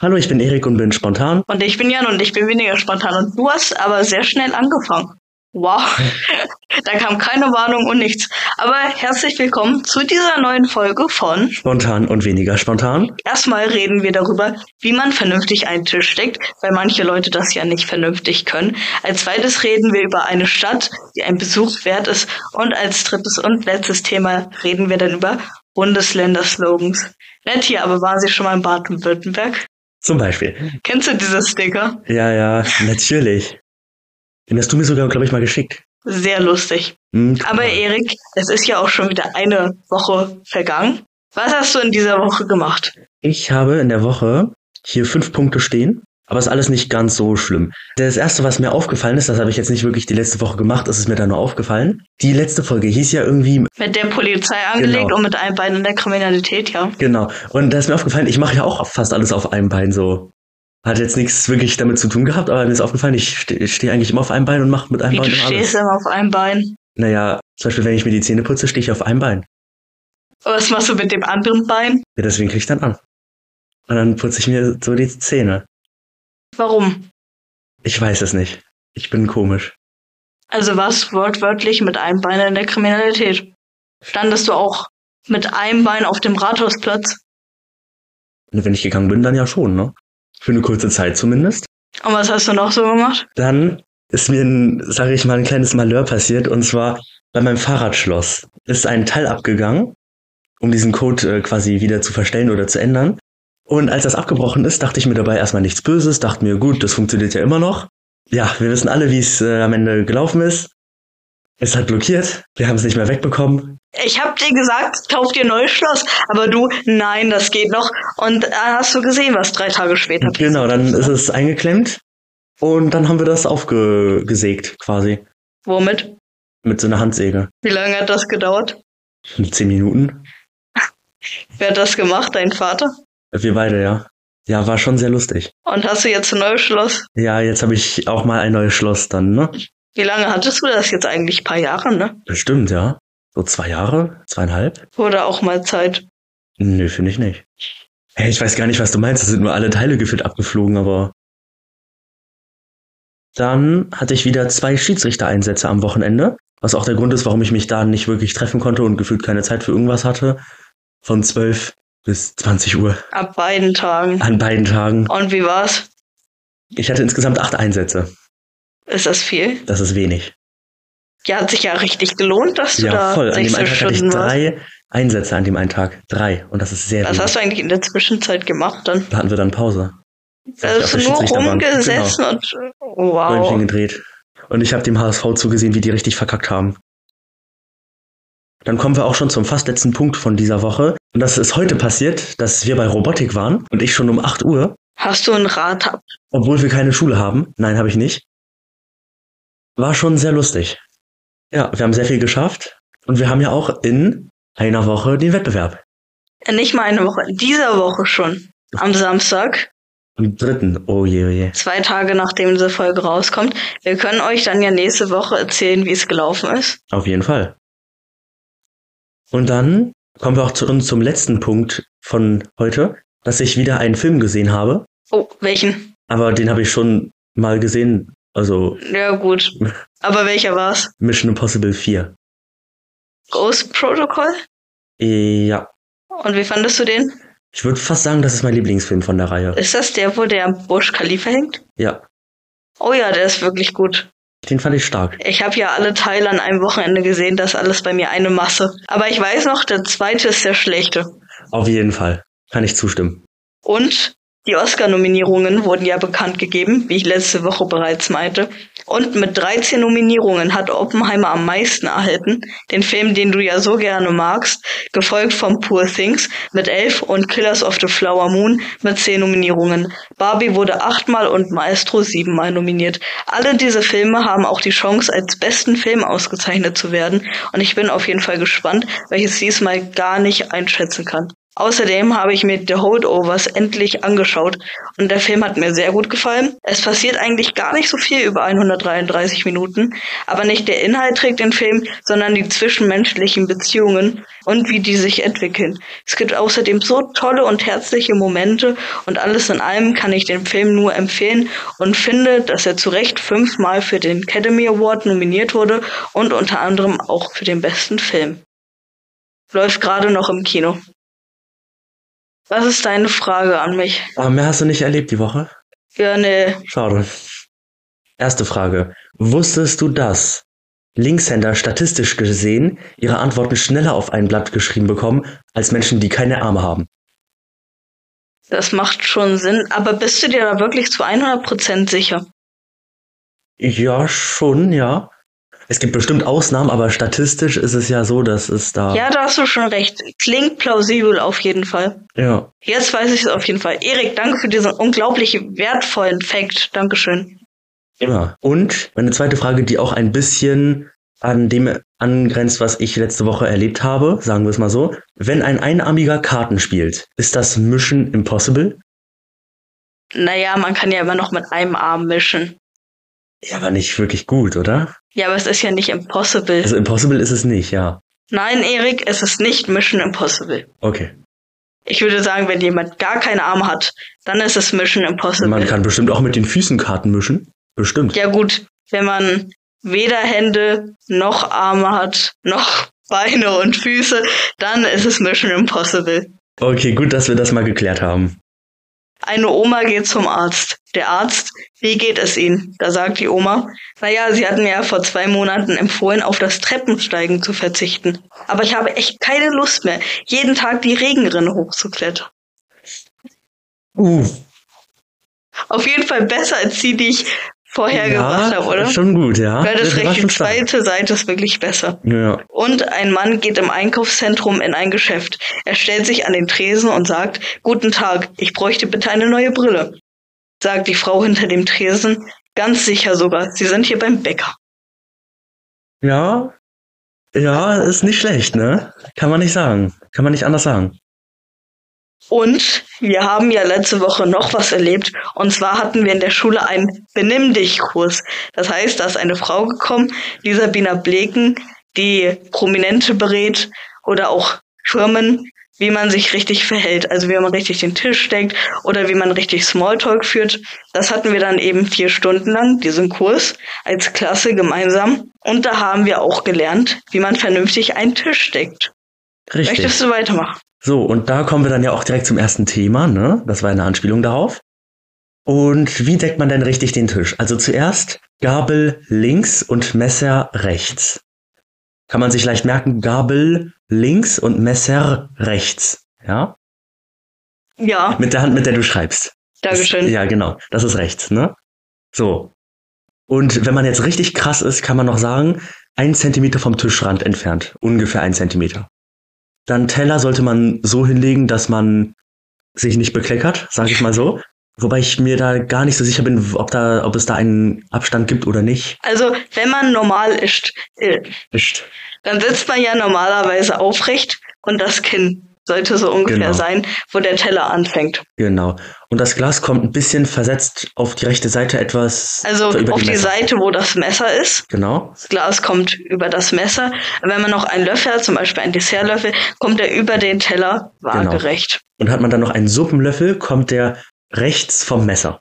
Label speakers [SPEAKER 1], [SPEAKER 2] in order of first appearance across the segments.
[SPEAKER 1] Hallo, ich bin Erik und bin spontan.
[SPEAKER 2] Und ich bin Jan und ich bin weniger spontan. Und du hast aber sehr schnell angefangen. Wow, da kam keine Warnung und nichts. Aber herzlich willkommen zu dieser neuen Folge von
[SPEAKER 1] Spontan und weniger spontan.
[SPEAKER 2] Erstmal reden wir darüber, wie man vernünftig einen Tisch deckt, weil manche Leute das ja nicht vernünftig können. Als zweites reden wir über eine Stadt, die ein Besuch wert ist. Und als drittes und letztes Thema reden wir dann über Bundesländer-Slogans. Nett hier, aber waren Sie schon mal in Baden-Württemberg?
[SPEAKER 1] Zum Beispiel.
[SPEAKER 2] Kennst du diese Sticker?
[SPEAKER 1] Ja, ja, natürlich. Den hast du mir sogar, glaube ich, mal geschickt.
[SPEAKER 2] Sehr lustig.
[SPEAKER 1] Hm, guck
[SPEAKER 2] Aber
[SPEAKER 1] mal.
[SPEAKER 2] Erik, es ist ja auch schon wieder eine Woche vergangen. Was hast du in dieser Woche gemacht?
[SPEAKER 1] Ich habe in der Woche hier fünf Punkte stehen, aber ist alles nicht ganz so schlimm. Das erste, was mir aufgefallen ist, das habe ich jetzt nicht wirklich die letzte Woche gemacht, es ist mir dann nur aufgefallen. Die letzte Folge hieß ja irgendwie,
[SPEAKER 2] Mit der Polizei angelegt
[SPEAKER 1] Genau.
[SPEAKER 2] und mit einem Bein in der Kriminalität, ja.
[SPEAKER 1] genau, und da ist mir aufgefallen, ich mache ja auch fast alles auf einem Bein so. Hat jetzt nichts wirklich damit zu tun gehabt, aber mir ist aufgefallen, ich ste- ich stehe eigentlich immer auf einem Bein und mache mit einem
[SPEAKER 2] Wie du
[SPEAKER 1] Bein immer alles.
[SPEAKER 2] stehst immer auf einem Bein.
[SPEAKER 1] Naja, zum Beispiel, wenn ich mir die Zähne putze, stehe ich auf einem Bein.
[SPEAKER 2] Was machst du mit dem anderen Bein?
[SPEAKER 1] Ja, das winkel ich dann an. Und dann putze ich mir so die Zähne.
[SPEAKER 2] Warum?
[SPEAKER 1] Ich weiß es nicht. Ich bin komisch.
[SPEAKER 2] Also was wortwörtlich mit einem Bein in der Kriminalität? Standest du auch mit einem Bein auf dem Rathausplatz?
[SPEAKER 1] Und wenn ich gegangen bin, dann ja schon, ne? Für eine kurze Zeit zumindest.
[SPEAKER 2] Und was hast du noch so gemacht?
[SPEAKER 1] Dann ist mir, ein, sage ich mal, ein kleines Malheur passiert. Und zwar bei meinem Fahrradschloss ist ein Teil abgegangen, um diesen Code äh, quasi wieder zu verstellen oder zu ändern. Und als das abgebrochen ist, dachte ich mir dabei erstmal nichts Böses, dachte mir, gut, das funktioniert ja immer noch. Ja, wir wissen alle, wie es äh, am Ende gelaufen ist. Es hat blockiert, wir haben es nicht mehr wegbekommen.
[SPEAKER 2] Ich hab dir gesagt, kauf dir ein neues Schloss. Aber du, nein, das geht noch. Und dann hast du gesehen, was drei Tage später passiert.
[SPEAKER 1] Genau, dann ist es eingeklemmt und dann haben wir das aufgesägt quasi
[SPEAKER 2] Womit?
[SPEAKER 1] mit so einer Handsäge.
[SPEAKER 2] Wie lange hat das gedauert?
[SPEAKER 1] Zehn Minuten.
[SPEAKER 2] Wer hat das gemacht? Dein Vater?
[SPEAKER 1] Wir beide, ja. Ja, war schon sehr lustig.
[SPEAKER 2] Und hast du jetzt ein neues Schloss?
[SPEAKER 1] Ja, jetzt habe ich auch mal ein neues Schloss dann, ne?
[SPEAKER 2] Wie lange hattest du das jetzt eigentlich? Ein paar Jahre, ne?
[SPEAKER 1] Bestimmt, ja. So zwei Jahre, zweieinhalb?
[SPEAKER 2] Wurde auch mal Zeit.
[SPEAKER 1] Nö, finde ich nicht. Hey, ich weiß gar nicht, was du meinst. Es sind nur alle Teile gefühlt abgeflogen, aber. Dann hatte ich wieder zwei Schiedsrichtereinsätze am Wochenende, was auch der Grund ist, warum ich mich da nicht wirklich treffen konnte und gefühlt keine Zeit für irgendwas hatte. Von 12 bis 20 Uhr
[SPEAKER 2] Ab beiden Tagen.
[SPEAKER 1] an beiden Tagen.
[SPEAKER 2] Und wie war's?
[SPEAKER 1] Ich hatte insgesamt acht Einsätze.
[SPEAKER 2] Ist das viel?
[SPEAKER 1] Das ist wenig.
[SPEAKER 2] Ja, hat sich ja richtig gelohnt, dass du
[SPEAKER 1] Ja,
[SPEAKER 2] da
[SPEAKER 1] voll. An dem
[SPEAKER 2] 16
[SPEAKER 1] einen Tag hatte ich
[SPEAKER 2] Stunden warst.
[SPEAKER 1] drei Einsätze an dem einen Tag. Drei. Und das ist sehr
[SPEAKER 2] Was
[SPEAKER 1] wenig.
[SPEAKER 2] hast du eigentlich in der Zwischenzeit gemacht dann?
[SPEAKER 1] Da hatten wir dann Pause.
[SPEAKER 2] Da hast du nur
[SPEAKER 1] Genau.
[SPEAKER 2] rumgesessen und oh,
[SPEAKER 1] Däumchen
[SPEAKER 2] wow.
[SPEAKER 1] gedreht. Und ich habe dem HSV zugesehen, wie die richtig verkackt haben. Dann kommen wir auch schon zum fast letzten Punkt von dieser Woche. Und das ist heute passiert, dass wir bei Robotik waren und ich schon um 8 Uhr,
[SPEAKER 2] Hast du ein Rad ab?
[SPEAKER 1] obwohl wir keine Schule haben. Nein, habe ich nicht. War schon sehr lustig. Ja, wir haben sehr viel geschafft. Und wir haben ja auch in einer Woche den Wettbewerb.
[SPEAKER 2] Nicht mal eine Woche, in dieser Woche schon. Am Samstag.
[SPEAKER 1] Am dritten. Oh je, oh je.
[SPEAKER 2] zwei Tage nachdem diese Folge rauskommt. Wir können euch dann ja nächste Woche erzählen, wie es gelaufen ist.
[SPEAKER 1] Auf jeden Fall. Und dann kommen wir auch zu uns zum letzten Punkt von heute, dass ich wieder einen Film gesehen habe.
[SPEAKER 2] Oh, welchen?
[SPEAKER 1] Aber den habe ich schon mal gesehen. Also
[SPEAKER 2] Ja, gut. Aber welcher war's?
[SPEAKER 1] Mission Impossible 4.
[SPEAKER 2] Ghost Protocol?
[SPEAKER 1] Äh, Ja.
[SPEAKER 2] Und wie fandest du den?
[SPEAKER 1] Ich würde fast sagen, das ist mein Lieblingsfilm von der Reihe.
[SPEAKER 2] Ist das der, wo der am Burj Khalifa hängt?
[SPEAKER 1] Ja.
[SPEAKER 2] Oh ja, der ist wirklich gut.
[SPEAKER 1] Den fand ich stark.
[SPEAKER 2] Ich habe ja alle Teile an einem Wochenende gesehen, das ist alles bei mir eine Masse. Aber ich weiß noch, der zweite ist der schlechte.
[SPEAKER 1] Auf jeden Fall. Kann ich zustimmen.
[SPEAKER 2] Und die Oscar-Nominierungen wurden ja bekannt gegeben, wie ich letzte Woche bereits meinte. Und mit 13 Nominierungen hat Oppenheimer am meisten erhalten, den Film, den du ja so gerne magst, gefolgt von Poor Things mit 11 und Killers of the Flower Moon mit 10 Nominierungen. Barbie wurde achtmal und Maestro siebenmal nominiert. Alle diese Filme haben auch die Chance, als besten Film ausgezeichnet zu werden. Und ich bin auf jeden Fall gespannt, welches diesmal gar nicht einschätzen kann. Außerdem habe ich mir The Holdovers endlich angeschaut und der Film hat mir sehr gut gefallen. Es passiert eigentlich gar nicht so viel über 133 Minuten, aber nicht der Inhalt trägt den Film, sondern die zwischenmenschlichen Beziehungen und wie die sich entwickeln. Es gibt außerdem so tolle und herzliche Momente und alles in allem kann ich den Film nur empfehlen und finde, dass er zu Recht fünfmal für den Academy Award nominiert wurde und unter anderem auch für den besten Film. Läuft gerade noch im Kino. Was ist deine Frage an mich?
[SPEAKER 1] Aber Ah, mehr hast du nicht erlebt die Woche?
[SPEAKER 2] Ja, nee.
[SPEAKER 1] Schade. Erste Frage. Wusstest du, dass Linkshänder statistisch gesehen ihre Antworten schneller auf ein Blatt geschrieben bekommen, als Menschen, die keine Arme haben?
[SPEAKER 2] Das macht schon Sinn. Aber bist du dir da wirklich zu 100% sicher?
[SPEAKER 1] Ja, schon, ja. Es gibt bestimmt Ausnahmen, aber statistisch ist es ja so, dass es da.
[SPEAKER 2] Ja, da hast du schon recht. Klingt plausibel auf jeden Fall.
[SPEAKER 1] Ja.
[SPEAKER 2] Jetzt weiß ich es auf jeden Fall. Erik, danke für diesen unglaublich wertvollen Fact. Dankeschön.
[SPEAKER 1] Immer. Und meine zweite Frage, die auch ein bisschen an dem angrenzt, was ich letzte Woche erlebt habe, sagen wir es mal so. Wenn ein einarmiger Karten spielt, ist das Mischen impossible?
[SPEAKER 2] Naja, man kann ja immer noch mit einem Arm mischen.
[SPEAKER 1] Ja, aber nicht wirklich gut, oder?
[SPEAKER 2] Ja, aber es ist ja nicht impossible.
[SPEAKER 1] Also impossible ist es nicht, ja.
[SPEAKER 2] Nein, Erik, es ist nicht Mission Impossible.
[SPEAKER 1] Okay.
[SPEAKER 2] Ich würde sagen, wenn jemand gar keine Arme hat, dann ist es Mission Impossible.
[SPEAKER 1] Man kann bestimmt auch mit den Füßen Karten mischen. Bestimmt.
[SPEAKER 2] ja gut, wenn man weder Hände noch Arme hat, noch Beine und Füße, dann ist es Mission Impossible.
[SPEAKER 1] Okay, gut, dass wir das mal geklärt haben.
[SPEAKER 2] Eine Oma geht zum Arzt. Der Arzt, wie geht es Ihnen? Da sagt die Oma, naja, Sie hatten mir ja vor zwei Monaten empfohlen, auf das Treppensteigen zu verzichten. Aber ich habe echt keine Lust mehr, jeden Tag die Regenrinne hochzuklettern.
[SPEAKER 1] Uh,
[SPEAKER 2] Auf jeden Fall besser als die, die ich vorher gemacht habe, oder?
[SPEAKER 1] Schon gut, ja.
[SPEAKER 2] Weil das
[SPEAKER 1] war
[SPEAKER 2] recht die
[SPEAKER 1] schon stark.
[SPEAKER 2] zweite Seite ist wirklich besser.
[SPEAKER 1] Ja.
[SPEAKER 2] Und ein Mann geht im Einkaufszentrum in ein Geschäft. Er stellt sich an den Tresen und sagt, Guten Tag, ich bräuchte bitte eine neue Brille. Sagt die Frau hinter dem Tresen, ganz sicher sogar, Sie sind hier beim Bäcker.
[SPEAKER 1] Ja. Ja, ist nicht schlecht, ne? Kann man nicht sagen. Kann man nicht anders sagen.
[SPEAKER 2] Und wir haben ja letzte Woche noch was erlebt. Und zwar hatten wir in der Schule einen Benimm dich-Kurs. Das heißt, da ist eine Frau gekommen, die Sabina Bleken, die Prominente berät oder auch Firmen, wie man sich richtig verhält. Also wie man richtig den Tisch deckt oder wie man richtig Smalltalk führt. Das hatten wir dann eben vier Stunden lang, diesen Kurs, als Klasse gemeinsam. Und da haben wir auch gelernt, wie man vernünftig einen Tisch deckt.
[SPEAKER 1] Richtig.
[SPEAKER 2] Möchtest du weitermachen?
[SPEAKER 1] So, und da kommen wir dann ja auch direkt zum ersten Thema, ne? Das war eine Anspielung darauf. Und wie deckt man denn richtig den Tisch? Also zuerst Gabel links und Messer rechts. Kann man sich leicht merken, Gabel links und Messer rechts. Ja?
[SPEAKER 2] Ja,
[SPEAKER 1] Mit der Hand, mit der du schreibst.
[SPEAKER 2] Dankeschön.
[SPEAKER 1] Das, ja, genau. Das ist rechts, ne? So. Und wenn man jetzt richtig krass ist, kann man noch sagen, ein Zentimeter vom Tischrand entfernt. Ungefähr ein Zentimeter. Dann Teller sollte man so hinlegen, dass man sich nicht bekleckert, sage ich mal so. Wobei ich mir da gar nicht so sicher bin, ob, da, ob es da einen Abstand gibt oder nicht.
[SPEAKER 2] Also, wenn man normal ist, äh,
[SPEAKER 1] Ist.
[SPEAKER 2] dann sitzt man ja normalerweise aufrecht und das Kinn sollte so ungefähr
[SPEAKER 1] Genau.
[SPEAKER 2] sein, wo der Teller anfängt.
[SPEAKER 1] Genau. Und das Glas kommt ein bisschen versetzt auf die rechte Seite etwas.
[SPEAKER 2] Also
[SPEAKER 1] über
[SPEAKER 2] auf die
[SPEAKER 1] Messer.
[SPEAKER 2] Seite, wo das Messer ist.
[SPEAKER 1] Genau.
[SPEAKER 2] Das Glas kommt über das Messer. Wenn man noch einen Löffel hat, zum Beispiel einen Dessertlöffel, kommt er über den Teller waagerecht.
[SPEAKER 1] Und hat man dann noch einen Suppenlöffel, kommt der rechts vom Messer.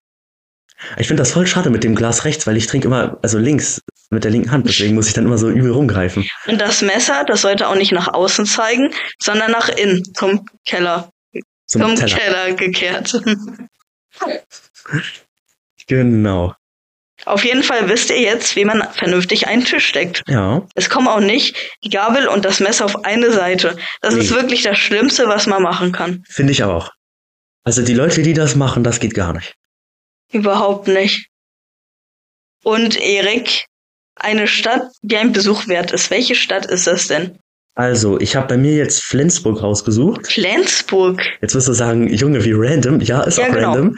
[SPEAKER 1] Ich finde das voll schade mit dem Glas rechts, weil ich trinke immer, also links, mit der linken Hand. Deswegen muss ich dann immer so übel rumgreifen.
[SPEAKER 2] Und das Messer, das sollte auch nicht nach außen zeigen, sondern nach innen, zum Keller,
[SPEAKER 1] Zum
[SPEAKER 2] zum
[SPEAKER 1] Teller.
[SPEAKER 2] Keller gekehrt.
[SPEAKER 1] Genau.
[SPEAKER 2] auf jeden Fall wisst ihr jetzt, wie man vernünftig einen Tisch deckt.
[SPEAKER 1] Ja.
[SPEAKER 2] Es kommen auch nicht die Gabel und das Messer auf eine Seite. Das
[SPEAKER 1] Nee.
[SPEAKER 2] ist wirklich das Schlimmste, was man machen kann.
[SPEAKER 1] Finde ich aber auch. Also die Leute, die das machen, das geht gar nicht.
[SPEAKER 2] Überhaupt nicht. Und Erik, eine Stadt, die ein Besuch wert ist. Welche Stadt ist das denn?
[SPEAKER 1] Also, ich habe bei mir jetzt Flensburg rausgesucht.
[SPEAKER 2] Flensburg.
[SPEAKER 1] Jetzt wirst du sagen, Junge, wie random. Ja, ist
[SPEAKER 2] Ja,
[SPEAKER 1] auch
[SPEAKER 2] genau.
[SPEAKER 1] random.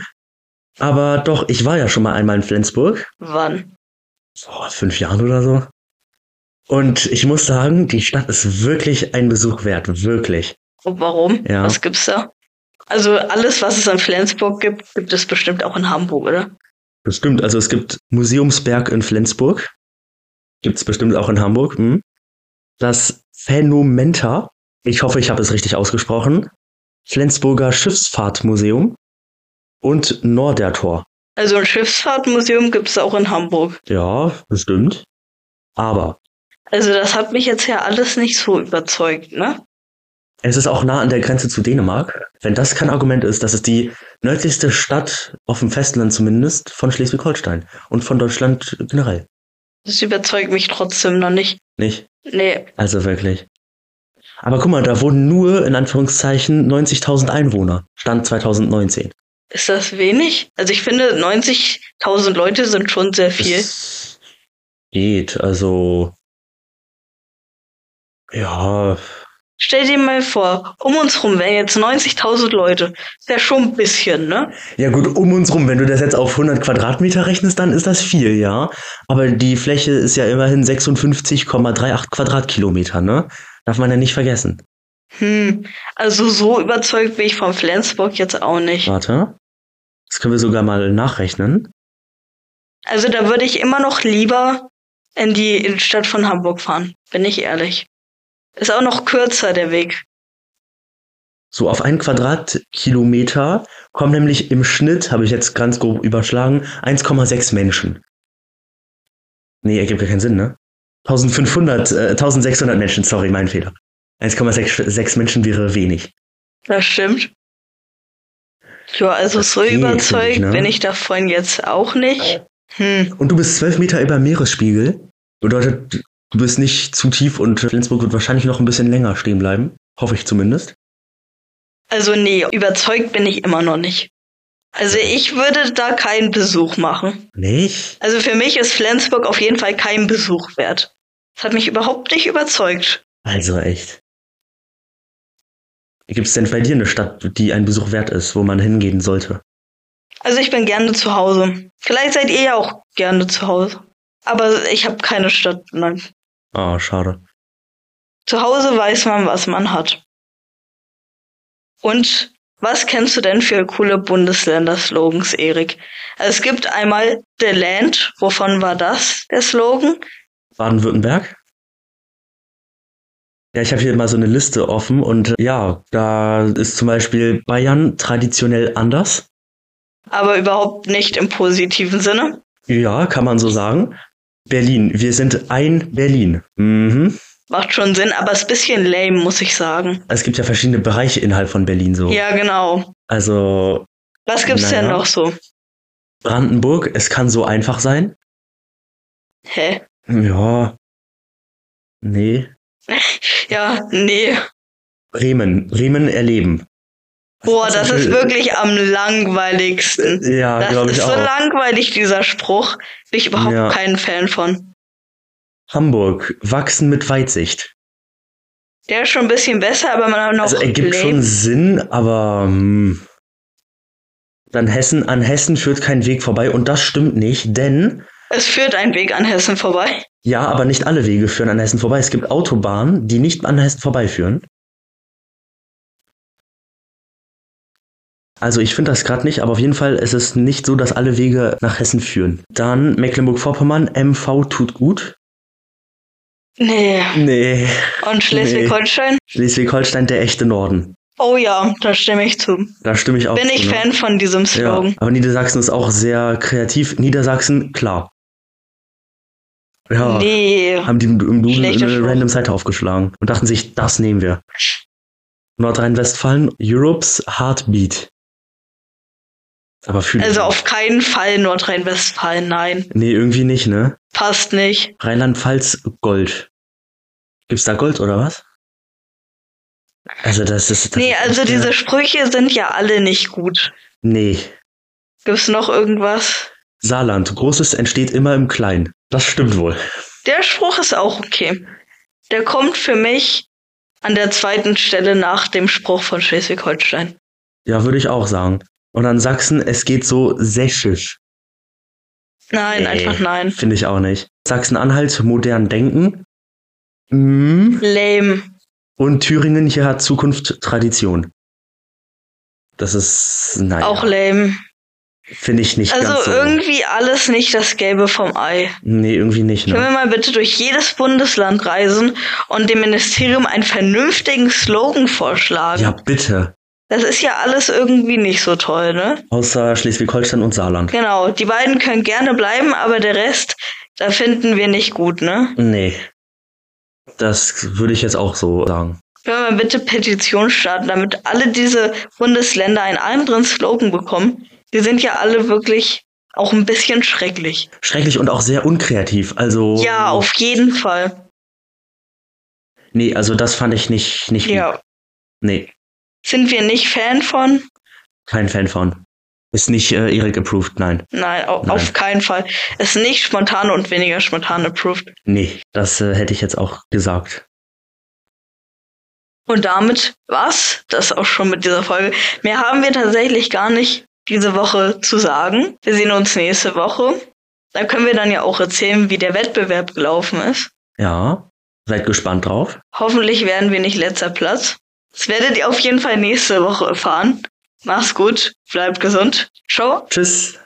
[SPEAKER 1] Aber doch, ich war ja schon mal einmal in Flensburg.
[SPEAKER 2] Wann?
[SPEAKER 1] vor fünf Jahren oder so. Und ich muss sagen, die Stadt ist wirklich ein Besuch wert, wirklich.
[SPEAKER 2] Und warum?
[SPEAKER 1] Ja.
[SPEAKER 2] Was gibt's da? Also alles, was es in Flensburg gibt, gibt es bestimmt auch in Hamburg, oder?
[SPEAKER 1] Das stimmt. Also es gibt Museumsberg in Flensburg. Gibt es bestimmt auch in Hamburg. Hm. Das Phänomenta. Ich hoffe, ich habe es richtig ausgesprochen. Flensburger Schiffsfahrtmuseum und Nordertor.
[SPEAKER 2] Also ein Schiffsfahrtmuseum gibt es auch in Hamburg.
[SPEAKER 1] Ja, bestimmt. Aber
[SPEAKER 2] Also das hat mich jetzt ja alles nicht so überzeugt, ne?
[SPEAKER 1] es ist auch nah an der Grenze zu Dänemark. Wenn das kein Argument ist, das ist die nördlichste Stadt, auf dem Festland zumindest, von Schleswig-Holstein und von Deutschland generell.
[SPEAKER 2] Das überzeugt mich trotzdem noch nicht.
[SPEAKER 1] Nicht?
[SPEAKER 2] Nee,
[SPEAKER 1] Also wirklich. Aber guck mal, da wurden nur in Anführungszeichen 90.000 Einwohner. Stand 2019.
[SPEAKER 2] ist das wenig? Also ich finde, 90.000 Leute sind schon sehr viel.
[SPEAKER 1] Das geht, also. Ja,
[SPEAKER 2] Stell dir mal vor, um uns rum wären jetzt 90.000 Leute. Ist ja schon ein bisschen, ne?
[SPEAKER 1] Ja gut, um uns rum, wenn du das jetzt auf 100 Quadratmeter rechnest, dann ist das viel, ja. Aber die Fläche ist ja immerhin 56,38 Quadratkilometer, ne? Darf man ja nicht vergessen.
[SPEAKER 2] Hm, also so überzeugt bin ich von Flensburg jetzt auch nicht.
[SPEAKER 1] Warte. Das können wir sogar mal nachrechnen.
[SPEAKER 2] Also da würde ich immer noch lieber in die Innenstadt von Hamburg fahren, bin ich ehrlich. Ist auch noch kürzer der Weg.
[SPEAKER 1] So auf einen Quadratkilometer kommen nämlich im Schnitt, habe ich jetzt ganz grob überschlagen, 1,6 Menschen. Nee, ergibt gar keinen Sinn, ne? 1500, äh, 1600 Menschen, sorry, mein Fehler. 1,6 Menschen wäre wenig.
[SPEAKER 2] Das stimmt. Ja, also
[SPEAKER 1] Das
[SPEAKER 2] so
[SPEAKER 1] geht
[SPEAKER 2] überzeugt
[SPEAKER 1] nicht, ne?
[SPEAKER 2] bin ich davon jetzt auch nicht. Hm,
[SPEAKER 1] Und du bist zwölf Meter über dem Meeresspiegel. Bedeutet, du bist nicht zu tief und Flensburg wird wahrscheinlich noch ein bisschen länger stehen bleiben. Hoffe ich zumindest.
[SPEAKER 2] also nee, überzeugt bin ich immer noch nicht. Also ich würde da keinen Besuch machen.
[SPEAKER 1] Nicht?
[SPEAKER 2] Also für mich ist Flensburg auf jeden Fall kein Besuch wert. Das hat mich überhaupt nicht überzeugt.
[SPEAKER 1] Also echt. Gibt es denn bei dir eine Stadt, die ein Besuch wert ist, wo man hingehen sollte?
[SPEAKER 2] Also ich bin gerne zu Hause. Vielleicht seid ihr ja auch gerne zu Hause. Aber ich habe keine Stadt. Nein.
[SPEAKER 1] Ah, schade.
[SPEAKER 2] Zu Hause weiß man, was man hat. Und was kennst du denn für coole Bundesländer-Slogans, Erik? Es gibt einmal The Land. Wovon war das, der Slogan?
[SPEAKER 1] Baden-Württemberg? Ja, ich habe hier mal so eine Liste offen und äh, ja, da ist zum Beispiel Bayern traditionell anders.
[SPEAKER 2] Aber überhaupt nicht im positiven Sinne.
[SPEAKER 1] Ja, kann man so sagen. Berlin, wir sind ein Berlin. Mhm.
[SPEAKER 2] Macht schon Sinn, aber ist ein bisschen lame, muss ich sagen.
[SPEAKER 1] Es gibt ja verschiedene Bereiche innerhalb von Berlin so.
[SPEAKER 2] Ja, genau.
[SPEAKER 1] Also
[SPEAKER 2] Was gibt's
[SPEAKER 1] Naja.
[SPEAKER 2] denn noch so?
[SPEAKER 1] Brandenburg, es kann so einfach sein.
[SPEAKER 2] Hä?
[SPEAKER 1] Ja. Nee.
[SPEAKER 2] Ja, nee.
[SPEAKER 1] Bremen, Bremen erleben.
[SPEAKER 2] Boah,
[SPEAKER 1] Das
[SPEAKER 2] das
[SPEAKER 1] ist
[SPEAKER 2] ist
[SPEAKER 1] natürlich-
[SPEAKER 2] wirklich am langweiligsten.
[SPEAKER 1] Ja,
[SPEAKER 2] Das
[SPEAKER 1] glaube
[SPEAKER 2] ist
[SPEAKER 1] ich
[SPEAKER 2] so
[SPEAKER 1] auch.
[SPEAKER 2] langweilig, dieser Spruch. Bin ich überhaupt
[SPEAKER 1] Ja.
[SPEAKER 2] kein Fan von.
[SPEAKER 1] Hamburg, wachsen mit Weitsicht.
[SPEAKER 2] Der ist schon ein bisschen besser, aber man hat noch
[SPEAKER 1] Also ergibt schon
[SPEAKER 2] Leben.
[SPEAKER 1] Sinn, aber hm. dann Hessen an Hessen führt kein Weg vorbei und das stimmt nicht, denn
[SPEAKER 2] Es führt ein Weg an Hessen vorbei.
[SPEAKER 1] Ja, aber nicht alle Wege führen an Hessen vorbei. Es gibt Autobahnen, die nicht an Hessen vorbeiführen. Also ich finde das gerade nicht, aber auf jeden Fall ist es nicht so, dass alle Wege nach Hessen führen. Dann Mecklenburg-Vorpommern, MV tut gut.
[SPEAKER 2] Nee.
[SPEAKER 1] Nee,
[SPEAKER 2] Und Schleswig-Holstein?
[SPEAKER 1] Schleswig-Holstein der echte Norden.
[SPEAKER 2] Oh ja, da stimme ich zu.
[SPEAKER 1] Da stimme ich auch
[SPEAKER 2] Bin
[SPEAKER 1] zu,
[SPEAKER 2] ich
[SPEAKER 1] ne?
[SPEAKER 2] Fan von diesem Slogan.
[SPEAKER 1] Ja, aber Niedersachsen ist auch sehr kreativ. Niedersachsen, klar. Ja,
[SPEAKER 2] Nee.
[SPEAKER 1] haben die im im Duden
[SPEAKER 2] Schlechter
[SPEAKER 1] eine
[SPEAKER 2] Spruch.
[SPEAKER 1] random Seite aufgeschlagen und dachten sich, das nehmen wir. Nordrhein-Westfalen, Europe's Heartbeat. Aber fühle
[SPEAKER 2] Also
[SPEAKER 1] ich
[SPEAKER 2] auf keinen Fall Nordrhein-Westfalen, nein.
[SPEAKER 1] nicht. Nee, irgendwie nicht, ne?
[SPEAKER 2] Passt nicht.
[SPEAKER 1] Rheinland-Pfalz, Gold. Gibt's da Gold oder was? Also das ist... Das
[SPEAKER 2] Nee,
[SPEAKER 1] ist
[SPEAKER 2] also
[SPEAKER 1] echt, äh,
[SPEAKER 2] diese Sprüche sind ja alle nicht gut.
[SPEAKER 1] Nee.
[SPEAKER 2] Gibt's noch irgendwas?
[SPEAKER 1] Saarland, Großes entsteht immer im Kleinen. Das stimmt wohl.
[SPEAKER 2] Der Spruch ist auch okay. Der kommt für mich an der zweiten Stelle nach dem Spruch von Schleswig-Holstein.
[SPEAKER 1] Ja, würde ich auch sagen. Und an Sachsen, es geht so sächsisch.
[SPEAKER 2] Nein,
[SPEAKER 1] Nee.
[SPEAKER 2] einfach nein.
[SPEAKER 1] Finde ich auch nicht. Sachsen-Anhalt, modern denken. Mm,
[SPEAKER 2] Lame.
[SPEAKER 1] Und Thüringen hier hat Zukunft Tradition. Das ist, naja,
[SPEAKER 2] Auch lame.
[SPEAKER 1] finde ich nicht ganz
[SPEAKER 2] Also
[SPEAKER 1] so.
[SPEAKER 2] irgendwie alles nicht das Gelbe vom Ei.
[SPEAKER 1] nee, irgendwie nicht.
[SPEAKER 2] Können
[SPEAKER 1] Ne?
[SPEAKER 2] wir mal bitte durch jedes Bundesland reisen und dem Ministerium einen vernünftigen Slogan vorschlagen?
[SPEAKER 1] Ja, bitte.
[SPEAKER 2] Das ist ja alles irgendwie nicht so toll, ne?
[SPEAKER 1] Außer Schleswig-Holstein und Saarland.
[SPEAKER 2] Genau, die beiden können gerne bleiben, aber der Rest, da finden wir nicht gut, ne?
[SPEAKER 1] Nee. Das würde ich jetzt auch so sagen.
[SPEAKER 2] Können wir mal bitte Petition starten, damit alle diese Bundesländer einen anderen Slogan bekommen? Die sind ja alle wirklich auch ein bisschen schrecklich.
[SPEAKER 1] Schrecklich und auch sehr unkreativ. Also.
[SPEAKER 2] Ja, auf jeden Fall.
[SPEAKER 1] Nee, also das fand ich nicht, nicht gut.
[SPEAKER 2] Ja.
[SPEAKER 1] Nee,
[SPEAKER 2] Sind wir nicht Fan von?
[SPEAKER 1] kein Fan von. Ist nicht äh, Erik approved, nein.
[SPEAKER 2] Nein, au
[SPEAKER 1] Nein.
[SPEAKER 2] auf keinen Fall. Ist nicht spontan und weniger spontan approved.
[SPEAKER 1] Nee, das äh, hätte ich jetzt auch gesagt.
[SPEAKER 2] Und damit war's das auch schon mit dieser Folge. Mehr haben wir tatsächlich gar nicht diese Woche zu sagen. Wir sehen uns nächste Woche. Da können wir dann ja auch erzählen, wie der Wettbewerb gelaufen ist.
[SPEAKER 1] Ja, seid gespannt drauf.
[SPEAKER 2] Hoffentlich werden wir nicht letzter Platz. Das werdet ihr auf jeden Fall nächste Woche erfahren. Mach's gut, bleibt gesund. Ciao.
[SPEAKER 1] Tschüss.